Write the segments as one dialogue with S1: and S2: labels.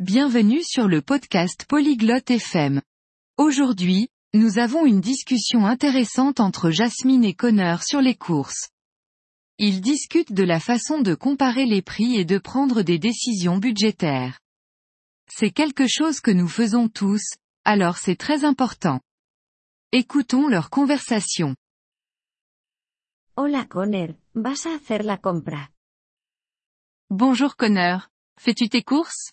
S1: Bienvenue sur le podcast Polyglotte FM. Aujourd'hui, nous avons une discussion intéressante entre Jasmine et Connor sur les courses. Ils discutent de la façon de comparer les prix et de prendre des décisions budgétaires. C'est quelque chose que nous faisons tous, alors c'est très important. Écoutons leur conversation.
S2: Hola Conner, ¿vas a hacer la compra?
S1: Bonjour Connor. Fais-tu tes courses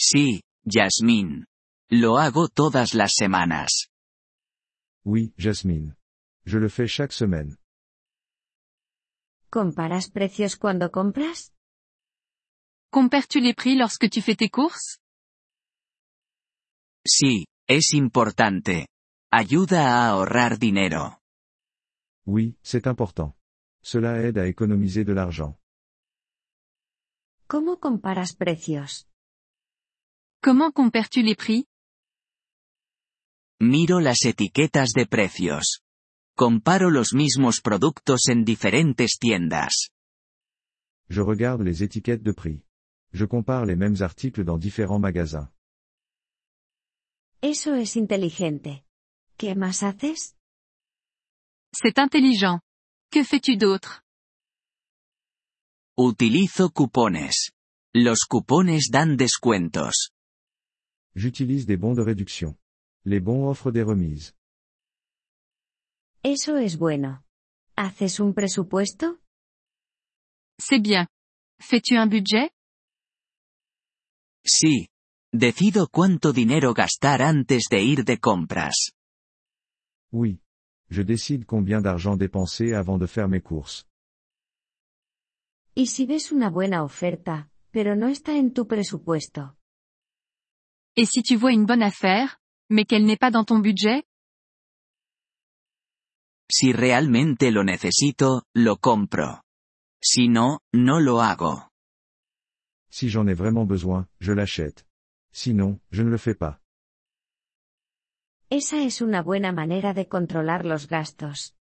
S3: Sí, Yasmín. Lo hago todas las semanas.
S4: Oui, Jasmine. Je le fais chaque semaine.
S2: ¿Comparas precios cuando compras?
S1: Compares-tu les prix lorsque tu fais tes courses
S3: Sí, es importante. Ayuda a ahorrar dinero.
S4: Oui, c'est important. Cela aide à économiser de l'argent.
S2: ¿Cómo comparas precios?
S1: Comment compares-tu les prix
S3: Miro las etiquetas de precios. Comparo los mismos productos en diferentes tiendas.
S4: Je regarde les étiquettes de prix. Je compare les mêmes articles dans différents magasins.
S2: Eso es inteligente. ¿Qué más haces?
S1: C'est intelligent. Que fais-tu d'autre
S3: Utilizo cupones. Los cupones dan descuentos.
S4: J'utilise des bons de réduction. Les bons offrent des remises.
S2: Eso es bueno. ¿Haces un presupuesto?
S1: C'est bien. Fais-tu un budget
S3: Sí. Decido cuánto dinero gastar antes de ir de compras.
S4: Oui. Je décide combien d'argent dépenser avant de faire mes courses.
S2: Y si ves una buena oferta, pero no está en tu presupuesto.
S1: Et si tu vois une bonne affaire, mais qu'elle n'est pas dans ton budget
S3: Si realmente lo necesito, lo compro. Si no, no lo hago.
S4: Si j'en ai vraiment besoin, je l'achète. Sinon, je ne le fais pas.
S2: Esa es una buena manera de controlar los gastos.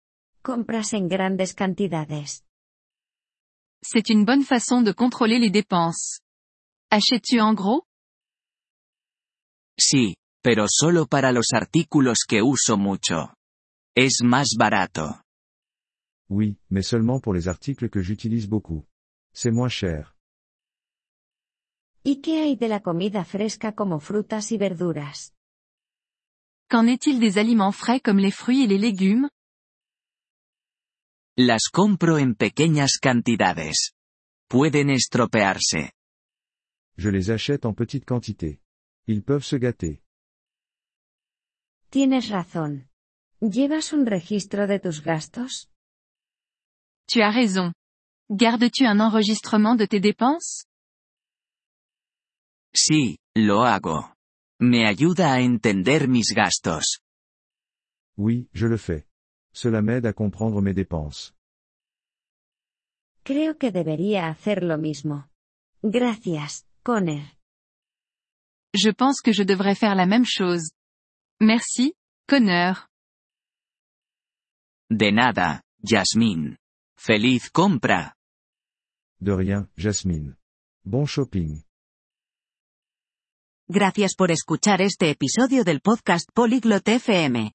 S2: Compras en grandes cantidades.
S1: C'est une bonne façon de contrôler les dépenses. Achètes-tu en gros
S3: Sí, pero solo para los artículos que uso mucho. Es más barato.
S4: Oui, mais seulement pour les articles que j'utilise beaucoup. C'est moins cher.
S2: ¿Y qué hay de la comida fresca como frutas y verduras?
S1: Qu'en est-il des aliments frais comme les fruits et les légumes
S3: Las compro en pequeñas cantidades. Pueden estropearse.
S4: Je les achète en petite quantité. Ils peuvent se gâter.
S2: Tienes razón. ¿Llevas un registro de tus gastos?
S1: Tu as raison. Gardes-tu un enregistrement de tes dépenses
S3: Sí, lo hago. Me ayuda a entender mis gastos.
S4: Oui, je le fais. Cela m'aide à comprendre mes dépenses.
S2: Creo que debería hacer lo mismo. Gracias, Conner.
S1: Je pense que je devrais faire la même chose. Merci, Connor.
S3: De nada, Yasmín. Feliz compra.
S4: De rien, Jasmine. Bon shopping.
S5: Gracias por escuchar este episodio del podcast Polyglot FM.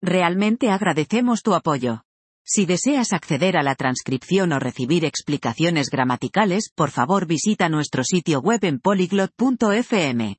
S5: Realmente agradecemos tu apoyo. Si deseas acceder a la transcripción o recibir explicaciones gramaticales, por favor visita nuestro sitio web en polyglot.fm.